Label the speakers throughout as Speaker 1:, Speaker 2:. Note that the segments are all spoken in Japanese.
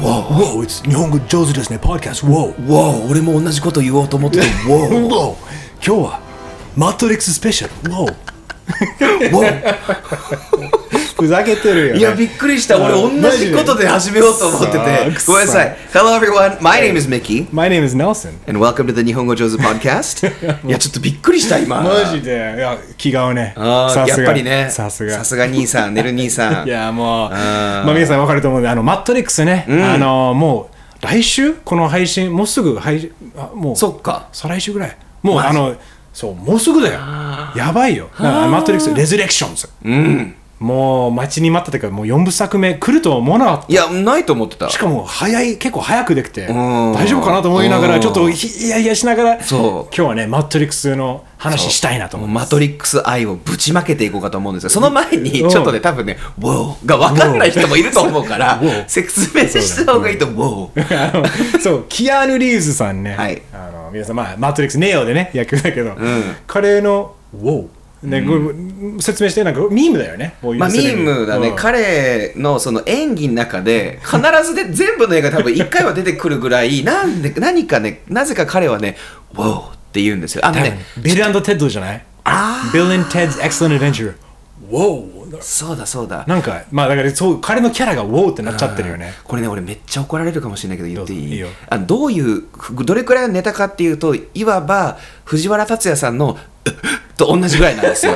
Speaker 1: Wow. Wow, it's 日本語上手ですね、podcast. Wow.
Speaker 2: わお俺も同じこと言おうと思 っててわ
Speaker 1: Wow. 今日はマトリックススペシャル。Wow. wow.
Speaker 3: ふざけてるよ、
Speaker 2: お
Speaker 3: ね、
Speaker 2: いやびっくりした俺同じことで始めようと思ってて
Speaker 3: くそ
Speaker 2: ごめんなさい Hello everyone my name is Mickey
Speaker 3: My name is Nelson
Speaker 2: and welcome to the 日本語上手 podcast いやちょっとびっくりした今
Speaker 3: マジでいや気が合うね
Speaker 2: あー
Speaker 3: さす
Speaker 2: や
Speaker 3: が
Speaker 2: っぱりね
Speaker 3: さすが
Speaker 2: さすが兄さんねる兄さん
Speaker 3: いやもうまあ皆さんわかると思うんであのマットリックスね、あのもう来週この配信もうすぐ配信あもう
Speaker 2: そっか
Speaker 3: 再来週ぐらいもうあのそうもうすぐだよやばいよだからマットリックスレズレクションズ、もう待ちに待ったというかもう4部作目来るとは思わなかった
Speaker 2: いやないと思ってた
Speaker 3: しかも早い結構早くできて
Speaker 2: ん
Speaker 3: 大丈夫かなと思いなが
Speaker 2: う
Speaker 3: ら
Speaker 2: ん
Speaker 3: ちょっとひいやいやしながら
Speaker 2: そう
Speaker 3: 今日はねマットリックスの話したいなと
Speaker 2: も
Speaker 3: 思
Speaker 2: う
Speaker 3: う
Speaker 2: マトリックス愛をぶちまけていこうかと思うんですよその前に
Speaker 3: うん
Speaker 2: ちょっとね多分ね「ウォー」が分かんない人もいると思うから説明した方がいいと「ウォー」
Speaker 3: あの そうキアヌ・リーズさんね、
Speaker 2: はい
Speaker 3: あの皆さん、まあ、マトリックスネオでね役だけど、彼の「Wow」ねこれ説明してなんかミームだよねこういう
Speaker 2: まあ、ミ
Speaker 3: セレ
Speaker 2: ー
Speaker 3: ブ
Speaker 2: ムだ
Speaker 3: う
Speaker 2: ね
Speaker 3: ん
Speaker 2: 彼のその演技の中で必ずで全部の映画で多分1回は出てくるぐらい なんで何かねなぜか彼はね「ウォー」って言うんですよあのね
Speaker 3: ビルテッドじゃないビルテッド・エクセレント・アドベンチャー Wow
Speaker 2: そうだそうだ
Speaker 3: なんかまあだからそう彼のキャラが「Wow」ってなっちゃってるよね
Speaker 2: これね俺めっちゃ怒られるかもしれないけど言っていい
Speaker 3: どうぞいいよ
Speaker 2: あのどういうどれくらいのネタかっていうといわば藤原竜也さんの 「うっと同じぐらいなん ですよ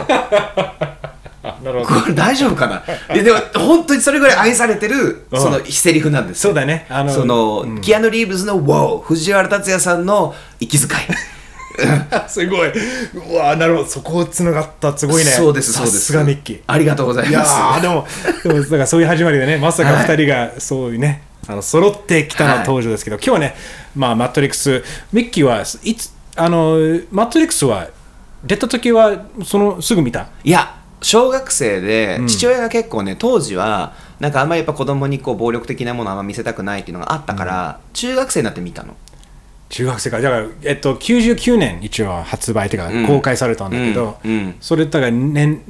Speaker 3: なるほど
Speaker 2: これ大丈夫かないやでも本当にそれぐらい愛されてる
Speaker 3: ん
Speaker 2: そのセリフなんです
Speaker 3: そ
Speaker 2: よ
Speaker 3: うだねあの
Speaker 2: その、キアヌ・リーブズの「WOW」藤原竜也さんの息 遣い
Speaker 3: すごいうわなるほどそこつながったすごいね
Speaker 2: そうですそう
Speaker 3: さ
Speaker 2: です
Speaker 3: すがミッキ ー
Speaker 2: ありがとうござい
Speaker 3: いや
Speaker 2: ま
Speaker 3: ー
Speaker 2: す
Speaker 3: でもでもだからそういう始まりでねまさか
Speaker 2: はい
Speaker 3: 2人がそういうね、あの揃ってきたのは登場ですけど、今日はね、まあ、マトリックスミッキーはいつあのマトリックスは出た時はそのすぐ見た
Speaker 2: いや小学生で父親が結構ね当時はなんかあんまりやっぱ子供にこう暴力的なものあんま見せたくないっていうのがあったから、中学生になって見たの
Speaker 3: 中学生からだから、えっと、99年一応発売というか
Speaker 2: ん
Speaker 3: 公開されたんだけど、
Speaker 2: うんうん
Speaker 3: それだから年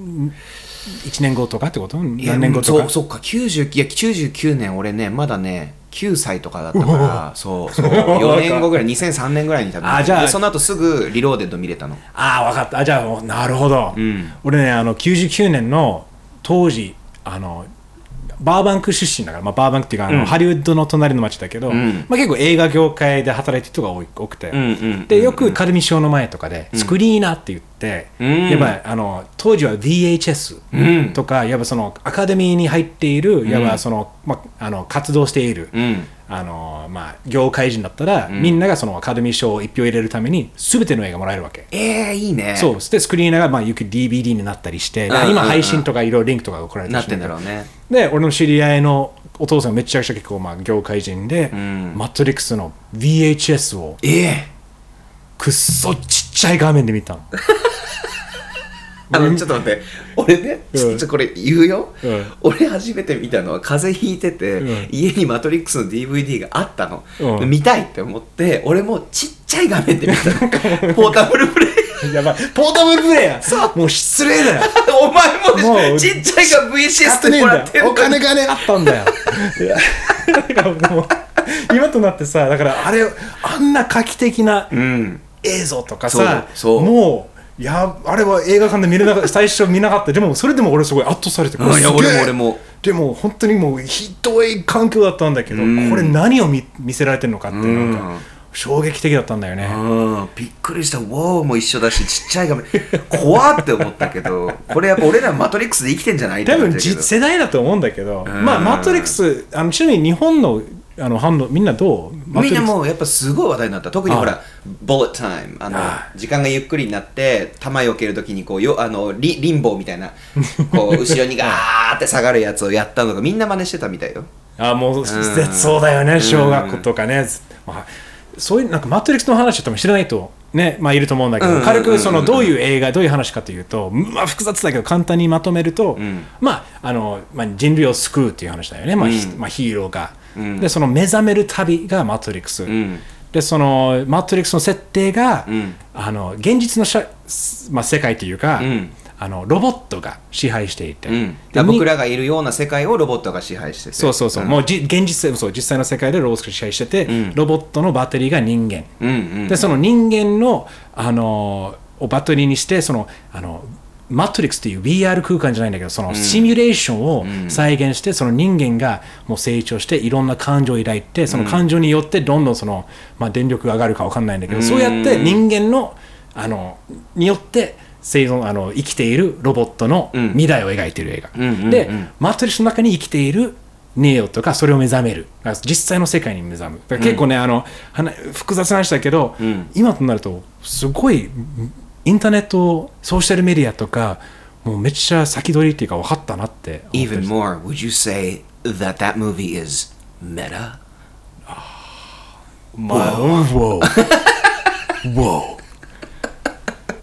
Speaker 3: 1年後とかってこと
Speaker 2: いや
Speaker 3: 何年後とか
Speaker 2: そうそっか90いや99年俺ねまだね9歳とかだったからそうそう4年後ぐらい2003年ぐらいに多分
Speaker 3: あじゃあ
Speaker 2: でその後すぐリローデッド見れたの
Speaker 3: ああ分かったあじゃあもうなるほど、
Speaker 2: ん
Speaker 3: 俺ねあの99年の当時あのバーバンク出身だから、まあ、バーバンクっていうかあの、ハリウッドの隣の町だけど、
Speaker 2: ん
Speaker 3: まあ、結構映画業界で働いてる人が多い多くて、
Speaker 2: んうん
Speaker 3: でよくカルミ賞の前とかで、スクリーナーって言って、
Speaker 2: ん
Speaker 3: やっぱりあの当時は VHS とか、やっぱそのアカデミーに入っている、やっぱその、まあ、あの活動している、
Speaker 2: うん
Speaker 3: あのまあ、業界人だったら、みんながそのアカデミー賞を一票入れるために全ての映画もらえるわけ。
Speaker 2: えー、いいね
Speaker 3: そうでスクリーナーがまあよく DVD になったりして、
Speaker 2: うん
Speaker 3: 今
Speaker 2: うん
Speaker 3: 配信とかいろいろリンクとかが送られて
Speaker 2: な
Speaker 3: る
Speaker 2: ってんだろうね
Speaker 3: で俺の知り合いのお父さんめちゃくちゃ結構まあ業界人で、マトリックスの VHS を
Speaker 2: ええ
Speaker 3: くっそちっちゃい画面で見たの
Speaker 2: あのちょっと待って俺ねちょっとこれ言うよ、
Speaker 3: うん
Speaker 2: 俺初めて見たのは風邪ひいてて、
Speaker 3: うん
Speaker 2: 家に「マトリックス」の DVD があったの、
Speaker 3: うん
Speaker 2: で見たいって思って俺もちっちゃい画面で見たの ポータブルプレイ
Speaker 3: やばいポータブルプレイヤー
Speaker 2: そう
Speaker 3: もう失礼だよ
Speaker 2: お前
Speaker 3: も
Speaker 2: も
Speaker 3: う
Speaker 2: ちっちゃいが VCS
Speaker 3: 買
Speaker 2: で
Speaker 3: ねえん
Speaker 2: も
Speaker 3: だ
Speaker 2: ら
Speaker 3: よ
Speaker 2: ってんの
Speaker 3: お金がねあったんだよいやだからもう今となってさだからあれあんな画期的な、
Speaker 2: うん
Speaker 3: 映像とかさ
Speaker 2: そうそう
Speaker 3: もういやあれは映画館で見れな かった最初見なかったでもそれでも俺すごい圧倒されて
Speaker 2: うんいや
Speaker 3: すげえ
Speaker 2: 俺も俺も
Speaker 3: でも本当にもうひどい環境だったんだけど、これ何を見見せられてるのかっていうのが衝撃的だったんだよね、
Speaker 2: うんびっくりした「ウォー」も一緒だしちっちゃい画面怖って思ったけどこれやっぱ俺らマトリックスで生きてんじゃないって
Speaker 3: 多
Speaker 2: 感
Speaker 3: 分じ
Speaker 2: じだけど
Speaker 3: 世代だと思うんだけど、
Speaker 2: ん
Speaker 3: まあマトリックスあのちなみに日本のあの反応みんなどうマトリ
Speaker 2: みん
Speaker 3: ッ
Speaker 2: な
Speaker 3: クス
Speaker 2: もうやっぱすごい話題になった特にほらボレットタイムあの時間がゆっくりになって弾よけるときにこうよあのリリンボーみたい なこう後ろにガーって下がるやつをやったのがみんな真似してたみたいよ
Speaker 3: あもう、そうだよね小学校とかね、まあ、そういうなんかマトリックスの話とも知らないとねまあいると思うんだけど、
Speaker 2: うん
Speaker 3: 軽くそのどういう映画どういう話かというと、まあ、複雑だけど簡単にまとめると、まああのまあ、人類を救うっていう話だよね、まあひまあ、ヒーローが、でその目覚める旅がマトリックス、
Speaker 2: ん
Speaker 3: でそのマトリックスの設定が、
Speaker 2: ん
Speaker 3: あの現実の社、まあ、世界というか、
Speaker 2: ん
Speaker 3: あのロボットが支配していて、
Speaker 2: うん、
Speaker 3: で
Speaker 2: だから僕らがいるような世界をロボットが支配してて
Speaker 3: そうそうそう、もうじ現実世そう実際の世界でロボットが支配してて、
Speaker 2: うん
Speaker 3: ロボットのバッテリーが人間、
Speaker 2: うんうん
Speaker 3: でその人間の、あのーをバッテリーにしてその、あのマトリックスっていう VR 空間じゃないんだけどそのシミュレーションを再現して、その人間がもう成長していろんな感情を抱いてその感情によってどんどんその、まあ、電力が上がるか分かんないんだけど、そうやって人間のあのによって生存あの生きているロボットの未来を描いている映画、
Speaker 2: うんうんうん
Speaker 3: でマトリックスの中に生きているネオとかそれを目覚めるだから実際の世界に目覚むだから結構ね、あの話複雑な話だけど、
Speaker 2: ん
Speaker 3: 今となるとすごいんインターネットソーシャルメディアとかもうめっちゃ先取りっていうか分かったなって思ってる
Speaker 2: Even more would you say that that movie is meta?
Speaker 3: まあ、ウォー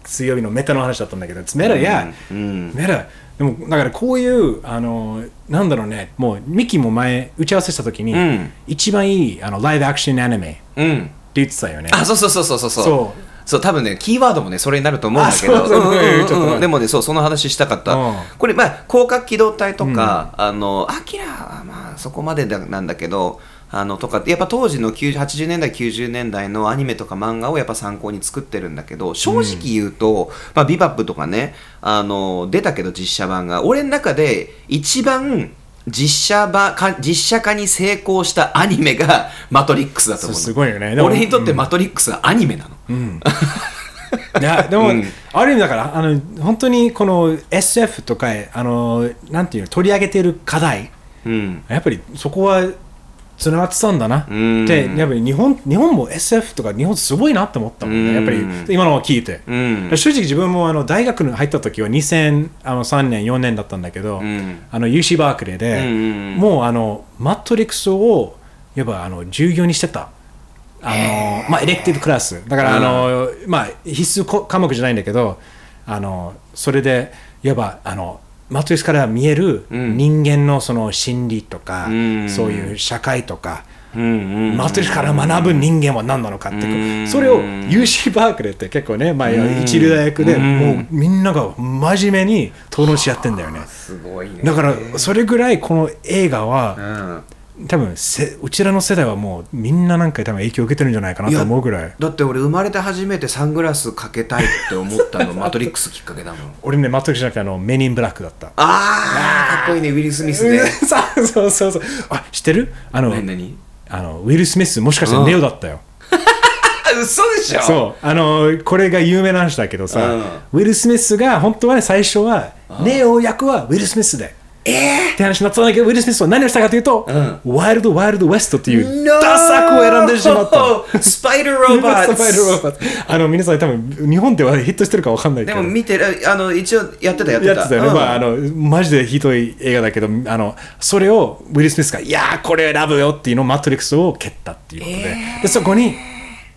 Speaker 3: 水曜日のメタの話だったんだけどメタや、メタでもだからこういうあのなんだろうねもうミキも前打ち合わせした時に、
Speaker 2: ん
Speaker 3: 一番いいあのライブアクションアニメって
Speaker 2: うん
Speaker 3: 言ってたよね
Speaker 2: あそうそうそうそうそうそう
Speaker 3: そ
Speaker 2: そう多分ねキーワードもねそれになると思うんだけど
Speaker 3: あそうそう
Speaker 2: うんうんうん
Speaker 3: ちょっと待って
Speaker 2: でもねそうその話したかった、
Speaker 3: うん
Speaker 2: これまあ広角機動隊とか、あのアキラはまあそこまでだなんだけどあのとかやっぱ当時の90 80年代90年代のアニメとか漫画をやっぱ参考に作ってるんだけど正直言うと、まあ、ビバップとかねあの出たけど実写版が俺の中で一番実写版か実写化に成功したアニメが「マトリックス」だと思うの
Speaker 3: そうすごいよねでも
Speaker 2: 俺にとって「マトリックス」はアニメなの、
Speaker 3: いやでも、
Speaker 2: うん
Speaker 3: ある意味だからあの本当にこの SF とかあのなんていうの取り上げてる課題
Speaker 2: うん
Speaker 3: やっぱりそこはつながってたんだなっ
Speaker 2: うん
Speaker 3: てやっぱり日本日本も SF とか日本すごいなって思ったもん
Speaker 2: うん
Speaker 3: ねやっぱり今のを聞いて、
Speaker 2: うん
Speaker 3: 正直自分もあの大学に入った時は2003年4年だったんだけど、
Speaker 2: ん
Speaker 3: あの UC バークレーで、
Speaker 2: うんうんうん
Speaker 3: もうあのマトリックスをいわばあの従業にしてた。あのまあ、エレクティブクラスだからあの、まあ、必須こ科目じゃないんだけどあのそれでいわばあのマトリックスから見える
Speaker 2: ん
Speaker 3: 人間のその心理とか、
Speaker 2: ん
Speaker 3: そういう社会とか、
Speaker 2: うんうん
Speaker 3: マトリックスから学ぶ人間は何なのかってこう
Speaker 2: うん
Speaker 3: それを UC バークレーって結構ね、まあ、一流大学でもうみんなが真面目に討論し合ってんだよね
Speaker 2: すごいね
Speaker 3: だからそれぐらいこの映画は、
Speaker 2: うん
Speaker 3: 多分せうちらの世代はもうみんななんか多分影響を受けてるんじゃないかない
Speaker 2: や
Speaker 3: と思うぐらい
Speaker 2: だって俺生まれて初めてサングラスかけたいって思った のマトリックスきっかけだもん
Speaker 3: 俺ねマトリックスじゃなくてあのメニンブラックだった
Speaker 2: あーかっこいいねウィル・スミスね
Speaker 3: そうそうそうそうあ知ってるあの
Speaker 2: 何何
Speaker 3: あのウィル・スミスもしかしたらネオだったよ、
Speaker 2: あ嘘でしょ
Speaker 3: そうあのこれが有名な話だけどさ、ウィル・スミスが本当はね最初はネオ役はウィル・スミスでえって話になってたんだけどウィル・スミスは何をしたかというと、ワイルド・ワイルド・ウェストっていうダサ作を選んでしまったの
Speaker 2: たスパイダーロボッ ト
Speaker 3: スパイダーロボットあの皆さん多分日本ではヒットしてるかわかんないけ
Speaker 2: で
Speaker 3: ど
Speaker 2: も見てるあの一応やってたやってた
Speaker 3: やってたよね、
Speaker 2: うん
Speaker 3: まあ、あのマジでひどい映画だけどあのそれをウィル・スミスが「いやーこれ選ぶよ」っていうのをマトリックスを蹴ったっていうことで,、でそこに、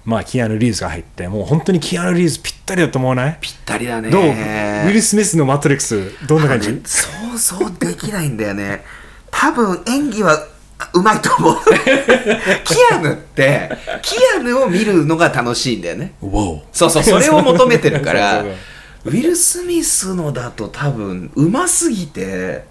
Speaker 3: まあ、キアヌ・リーズが入ってもう本当にキアヌ・リーズぴったりだと思わない
Speaker 2: ぴったりだね
Speaker 3: どうウィル・スミスのマトリックスどんな感じ
Speaker 2: 想像できないんだよね多分演技はあうまいと 思うキアヌってキアヌを見るのが楽しいんだよねそ うそうそれを求めてるから
Speaker 3: そうそう
Speaker 2: ウィル・スミスのだと多分うますぎて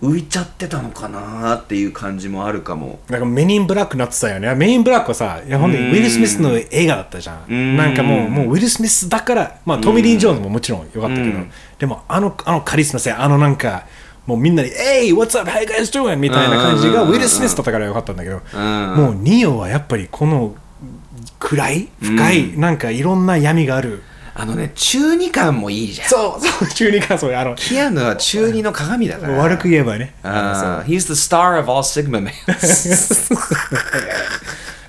Speaker 2: 浮いちゃってたのかなっていう感じもあるかも
Speaker 3: なんかメニンブラックになってたよねメインブラックはさいや本当にウィル・スミスの映画だったじゃ
Speaker 2: ん
Speaker 3: んなんかもうもうウィル・スミスだからまあトミー・リー・ジョーンズももちろんよかったけどでもあのあのカリスマ性あのなんかもうみんなに「Hey! What's up? How you guys doing?」みたいな感じが
Speaker 2: うん
Speaker 3: ウィル・スミスだったからよかったんだけど
Speaker 2: ん
Speaker 3: もうニオはやっぱりこの暗い深いなんかいろんな闇がある
Speaker 2: あのね中二感もいいじゃん
Speaker 3: そうそう中二感想あの
Speaker 2: キアヌは中二の鏡だから
Speaker 3: 悪く言えばね
Speaker 2: あー He's the star of all Sigma males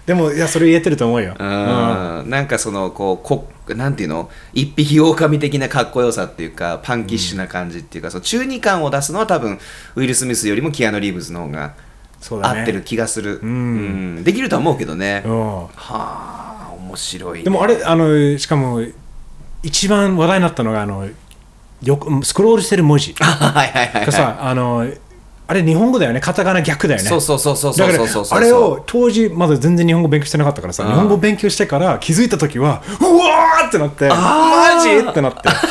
Speaker 3: でもいやそれ言えてると思うよ
Speaker 2: うんなんかそのこうこなんていうの一匹狼的なかっこよさっていうかパンキッシュな感じっていうか、その中二感を出すのは多分ウィル・スミスよりもキアヌ・リーブズの方が
Speaker 3: そうだね
Speaker 2: 合ってる気がする、うんできるとは思うけどね、は
Speaker 3: うん
Speaker 2: あ面白い、ね、
Speaker 3: でもあれあのしかも一番話題になったのがあのよくスクロールしてる文字が
Speaker 2: はいはいはい、はい、
Speaker 3: さあのあれ日本語だよねカタカナ逆だよね
Speaker 2: そうそうそうそうそ
Speaker 3: だ
Speaker 2: う
Speaker 3: から
Speaker 2: そうそうそう
Speaker 3: あれを当時まだ全然日本語勉強してなかったからさ、日本 語勉強してから気づいた時はうわーってなってマジってなって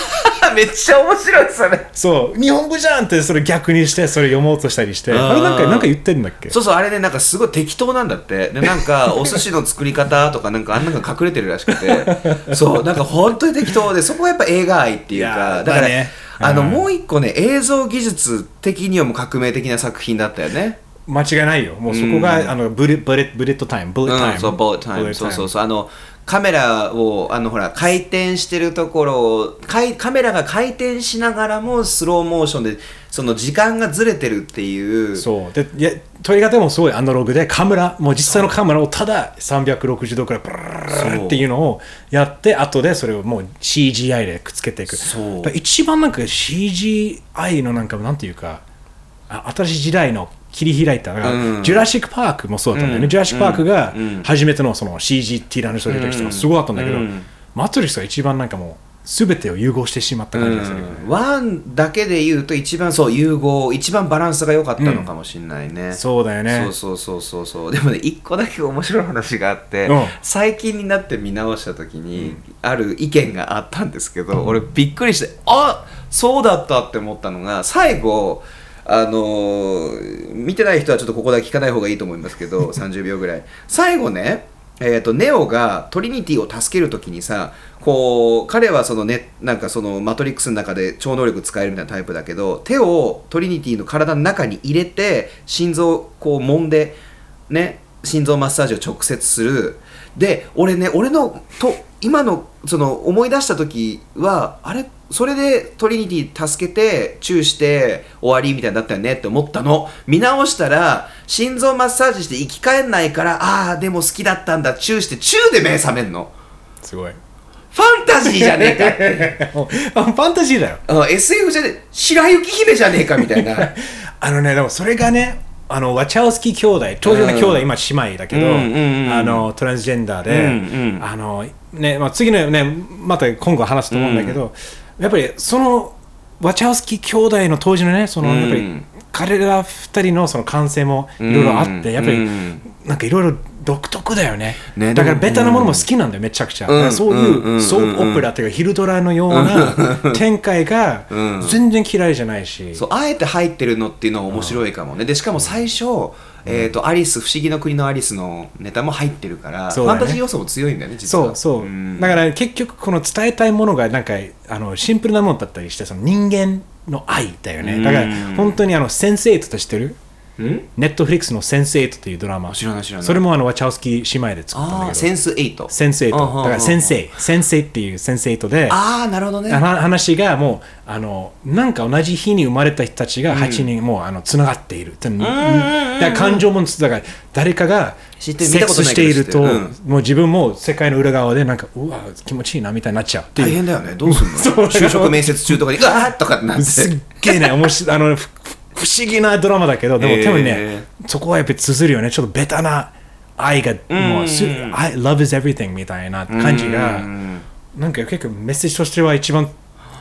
Speaker 2: めっちゃ面白いそれ
Speaker 3: そう日本語じゃんってそれ逆にしてそれ読もうとしたりして
Speaker 2: あー
Speaker 3: あれなんかなんか言ってるんだっけ
Speaker 2: そうそうあれねなんかすごい適当なんだってでなん かお寿司の作り方とかなんかあんなんが隠れてるらしくてそうなんか本当に適当でそこはやっぱ映画愛っていう
Speaker 3: いや
Speaker 2: か
Speaker 3: ー
Speaker 2: だから、
Speaker 3: まあね
Speaker 2: あの
Speaker 3: うん
Speaker 2: もう一個ね映像技術的にはもう革命的な作品だったよね
Speaker 3: 間違いないよもうそこが、あのブレブレブレットタイムブレットタイ
Speaker 2: う
Speaker 3: ム
Speaker 2: ん、そうボータイム
Speaker 3: bullet
Speaker 2: そうそうそうあのカメラをあのほら回転してるところをかいカメラが回転しながらもスローモーションでその時間がずれてるっていう
Speaker 3: そうでいや撮り方もすごいアナログでカメラもう実際のカメラをただ360度くらいブル
Speaker 2: そう
Speaker 3: ーっていうのをやって後でそれをもう CGI でくっつけていく
Speaker 2: そう
Speaker 3: だから一番なんか CGI のなんかなんていうかあ新しい時代の切り開いた、だから
Speaker 2: うん
Speaker 3: ジュラシック・パークもそうだったんだよね、
Speaker 2: うん
Speaker 3: ジュラシック・パークが
Speaker 2: うん
Speaker 3: 初めてのその CG ティラノソリとしてはすごかったんだけど、
Speaker 2: うん
Speaker 3: マトリックスが一番なんかもう全てを融合してしまった感じがするよね、
Speaker 2: うんワンだけで言うと一番そう融合一番バランスが良かったのかもしれないね、
Speaker 3: そうだよね
Speaker 2: そうそうそうそうそうでもね一個だけ面白い話があって、
Speaker 3: うん
Speaker 2: 最近になって見直した時に、ある意見があったんですけど俺びっくりしてあそうだったって思ったのが最後あのー見てない人はちょっとここだけ聞かない方がいいと思いますけど30秒ぐらい最後ねえー、とネオがトリニティを助けるときにさこう彼はその、ね、なんかそのマトリックスの中で超能力使えるみたいなタイプだけど手をトリニティの体の中に入れて心臓をこう揉んでね、心臓マッサージを直接するで俺ね俺のと今のその思い出した時はあれそれでトリニティ助けてチューして終わりみたいになったよねって思ったの見直したら心臓マッサージして生き返んないからああでも好きだったんだチューしてチューで目覚めんの
Speaker 3: すごい
Speaker 2: ファンタジーじゃねえかって
Speaker 3: もうファンタジーだよ
Speaker 2: あ SF じゃねえ白雪姫じゃねえかみたいな
Speaker 3: あのねでもそれがねあのワチャオスキー兄弟当時の兄弟、
Speaker 2: うん
Speaker 3: 今姉妹だけど、
Speaker 2: うんうんうん
Speaker 3: あのトランスジェンダーで、
Speaker 2: うんうん
Speaker 3: あのねまあ、次のねまた今後話すと思うんだけど、やっぱりそのワチャオスキー兄弟の当時のねその、
Speaker 2: うん
Speaker 3: やっぱり彼ら二人のその感性もいろいろあって、
Speaker 2: うん
Speaker 3: やっぱり、
Speaker 2: うん
Speaker 3: なんかいろいろ独特だよね
Speaker 2: ね
Speaker 3: だから
Speaker 2: でも
Speaker 3: ベタなものも好きなんだよ、めちゃくちゃ、
Speaker 2: ん
Speaker 3: だからそういう,、
Speaker 2: うんうん
Speaker 3: ソープオペラっていうか昼ドラのような展開が
Speaker 2: うん
Speaker 3: 全然嫌いじゃないし、
Speaker 2: そうあえて入ってるのっていうのは面白いかもねでしかも最初、えー、とアリス「不思議の国のアリス」のネタも入ってるから、フ
Speaker 3: そうだ
Speaker 2: ァン
Speaker 3: ね
Speaker 2: タジー要素も強いんだよね実は
Speaker 3: そうそう、
Speaker 2: ん
Speaker 3: だから結局この伝えたいものがなんかあのシンプルなものだったりしてその人間の愛だよね、
Speaker 2: うん
Speaker 3: だから本当にあのセンセイトとしてる
Speaker 2: ん
Speaker 3: ネットフリックスのセンセイトというドラマ
Speaker 2: 知らない知らない
Speaker 3: それもあのワチャオスキー姉妹で作ったん
Speaker 2: あ
Speaker 3: だ
Speaker 2: あ
Speaker 3: け
Speaker 2: セ
Speaker 3: ど
Speaker 2: ンス8
Speaker 3: センセイト
Speaker 2: うんうんうんう
Speaker 3: だ
Speaker 2: ん
Speaker 3: から先生先生っていうセンセイトで
Speaker 2: ああなるほどね
Speaker 3: あの話がもうあのなんか同じ日に生まれた人たちが8人もうあのつながっている、だから感情もつだから誰かがセ
Speaker 2: 知ってる見た
Speaker 3: ッ
Speaker 2: こ
Speaker 3: ク
Speaker 2: と
Speaker 3: ス
Speaker 2: ない
Speaker 3: して
Speaker 2: けど
Speaker 3: いると
Speaker 2: 知ってる
Speaker 3: もう自分も世界の裏側でなんかうわ気持ちいいなみたいになっちゃうって
Speaker 2: 大
Speaker 3: いう
Speaker 2: 変だよねど うすんの就職面接中とかに「うわー!」とかってなって
Speaker 3: すっげえね面白いあのふ不思議なドラマだけどでも
Speaker 2: えー
Speaker 3: 多分ね、そこはやっぱり綴るよねちょっとベタな愛がもうす「I love is everything」みたいな感じがなんか結構メッセージとしては一番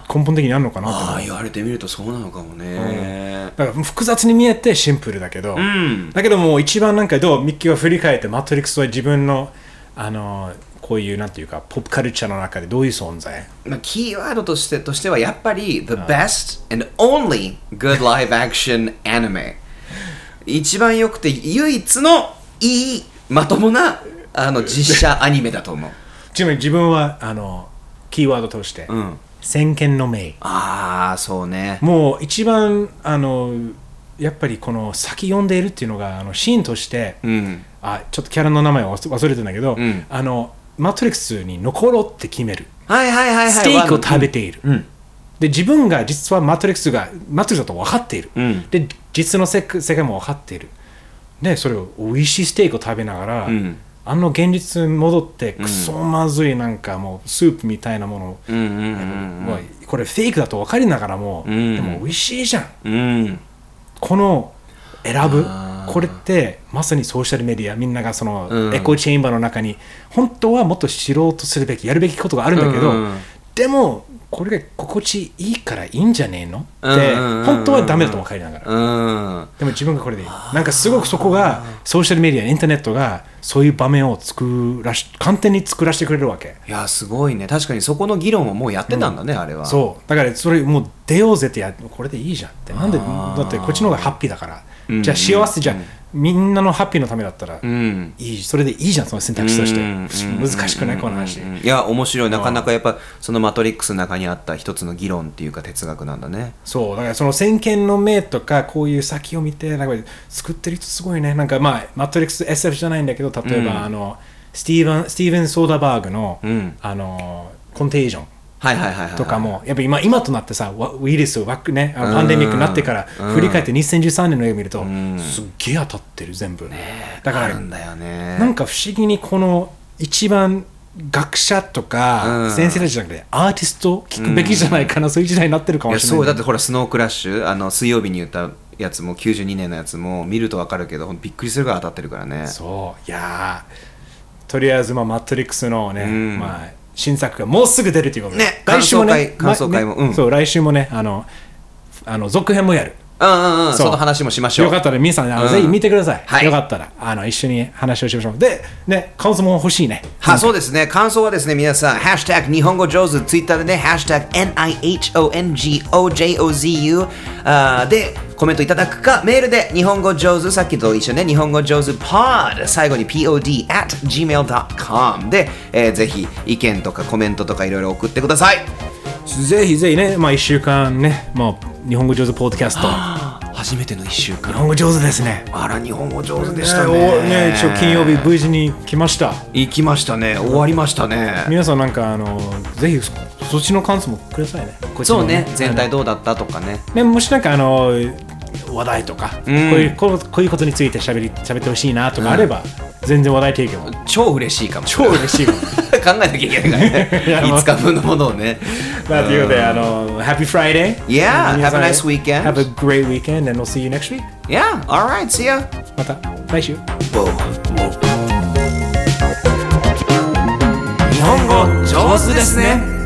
Speaker 3: 根本的にあるのかなと思う
Speaker 2: ああ言われてみるとそうなのかもね
Speaker 3: だから複雑に見えてシンプルだけど、
Speaker 2: ん
Speaker 3: だけどもう一番なんかどうミッキーは振り返って「マトリックス」は自分のあのこういうなんていうかポップカルチャーの中でどういう存在
Speaker 2: まあ、キーワードとしてとしてはやっぱり The best and only good live action anime 一番良くて唯一のいいまともなあの実写アニメだと思う
Speaker 3: ちなみに自分はあのキーワードとして「
Speaker 2: ん
Speaker 3: 先見の明
Speaker 2: ああそうね」
Speaker 3: もう一番あのやっぱりこの先読んでいるっていうのがあのシーンとして、
Speaker 2: うん
Speaker 3: あちょっとキャラの名前を忘忘れてんだけど、
Speaker 2: ん
Speaker 3: あのマトリックスに残ろうって決める
Speaker 2: はいはいはいはい
Speaker 3: ステーキを食べている、
Speaker 2: うん
Speaker 3: で自分が実はマトリックスがマトリックスだと分かっている、
Speaker 2: うん
Speaker 3: で実の世世界も分かっているでそれを美味しいステーキを食べながら、
Speaker 2: ん
Speaker 3: あの現実に戻ってクソまずいなんかもうスープみたいなものを、
Speaker 2: うんうん
Speaker 3: もうこれフェイクだと分かりながらも、
Speaker 2: ん
Speaker 3: でも美味しいじゃん
Speaker 2: うんうん
Speaker 3: この選ぶ
Speaker 2: あー
Speaker 3: これってまさにソーシャルメディアみんながその
Speaker 2: うん
Speaker 3: エコーチェインバーの中に本当はもっと知ろうとするべきやるべきことがあるんだけど、
Speaker 2: うん
Speaker 3: でもこれが心地いいからいいんじゃねえの
Speaker 2: うん
Speaker 3: っ
Speaker 2: うん
Speaker 3: て
Speaker 2: うんうん
Speaker 3: 本当はダメだと思う帰りながら
Speaker 2: うん
Speaker 3: でも自分がこれでいいなんかすごくそこがソーシャルメディアインターネットがそういう場面を作らし簡単に作らせてくれるわけ
Speaker 2: いやすごいね確かにそこの議論はもうやってたんだね、あれは
Speaker 3: そうだからそれもう出ようぜってやこれでいいじゃんってなんでだってこっちの方がハッピーだから、
Speaker 2: うん
Speaker 3: じゃあ幸せじゃん、みんなのハッピーのためだったら、
Speaker 2: うん
Speaker 3: いいそれでいいじゃんその選択肢として、
Speaker 2: うん
Speaker 3: 難しくないこの話、
Speaker 2: うんいや面白いなかなかやっぱその「マトリックス」の中にあった一つの議論っていうか哲学なんだね
Speaker 3: そうだからその先見の明とかこういう先を見てなんか作ってる人すごいねなんかまあマトリックス SF じゃないんだけど例えば、
Speaker 2: うん
Speaker 3: あのスティーブンスティーブン・ソーダバーグの,、
Speaker 2: うん
Speaker 3: あのコンテージョン
Speaker 2: はいはいはいはい
Speaker 3: とかも、やっぱ今今となってさ、わウイルスをわく、ね、あのパンデミックになってから、
Speaker 2: うん
Speaker 3: 振り返って2013年の映画見ると、
Speaker 2: ん
Speaker 3: すっげえ当たってる、全部。だか
Speaker 2: あ
Speaker 3: ら、
Speaker 2: るんだよね
Speaker 3: なんか不思議にこの一番学者と
Speaker 2: う
Speaker 3: か
Speaker 2: ん
Speaker 3: 先生たちじゃなくて、アーティストを聞くべきじゃないかな、そういう時代になってるか
Speaker 2: い
Speaker 3: も
Speaker 2: や
Speaker 3: しれない。
Speaker 2: そうだってほらスノークラッシュあの水曜日に言ったやつも92年のやつも見るとわかるけどほんとびっくりするから当たってるからね
Speaker 3: そう、いやーとりあえず、まあ、マトリックスのね、
Speaker 2: ん
Speaker 3: まあ、新作がもうすぐ出るということで、
Speaker 2: ね
Speaker 3: 来週もね、
Speaker 2: 感想会感想会も
Speaker 3: ま
Speaker 2: うん
Speaker 3: ねそう来週もね、あの、あの続編もやる。
Speaker 2: うんうんうん
Speaker 3: そ
Speaker 2: そうの話もしましょう
Speaker 3: よかったら皆さんあの、
Speaker 2: うん
Speaker 3: ぜひ見てください、
Speaker 2: はい
Speaker 3: よかったらあの一緒に話をしましょうでね感想も欲しいね
Speaker 2: はそうですね感想はですね皆さん「ハッシュタグ日本語上手」ツイッターでね「ハッシュタグ #NIHONGOJOZU」あーでコメントいただくかメールで日本語上手さっきと一緒ね日本語上手 pod 最後に pod at gmail.com で、えーぜひ意見とかコメントとかいろいろ送ってください
Speaker 3: ぜひぜひね、まあ、1週間ね、まあ、日本語上手ポッドキャスト
Speaker 2: 初めての1週間
Speaker 3: 日本語上手ですね
Speaker 2: あら日本語上手で
Speaker 3: で
Speaker 2: したね
Speaker 3: ね一応金曜日無事に来ました
Speaker 2: 行きましたね終わりましたね
Speaker 3: 皆さんなんかあのぜひそそっちの感想もくださいねこっちの
Speaker 2: そうね全体どうだったとかね
Speaker 3: ねもしなんかあの話題とか、
Speaker 2: ん
Speaker 3: こういうこうこういうことについてしゃべり喋ってほしいなとかあれば、全然話題提供も
Speaker 2: 超嬉しいかも
Speaker 3: 超嬉しいもん
Speaker 2: 考えなきゃいけないからね
Speaker 3: やもう
Speaker 2: 5日分のものをね
Speaker 3: まあということであの um, Happy Friday
Speaker 2: Uh, Yeah,
Speaker 3: 皆さん
Speaker 2: have a nice weekend.
Speaker 3: Have a great weekend and we'll see you next week
Speaker 2: Yeah alright see ya
Speaker 3: また来週
Speaker 2: 日本語上手ですね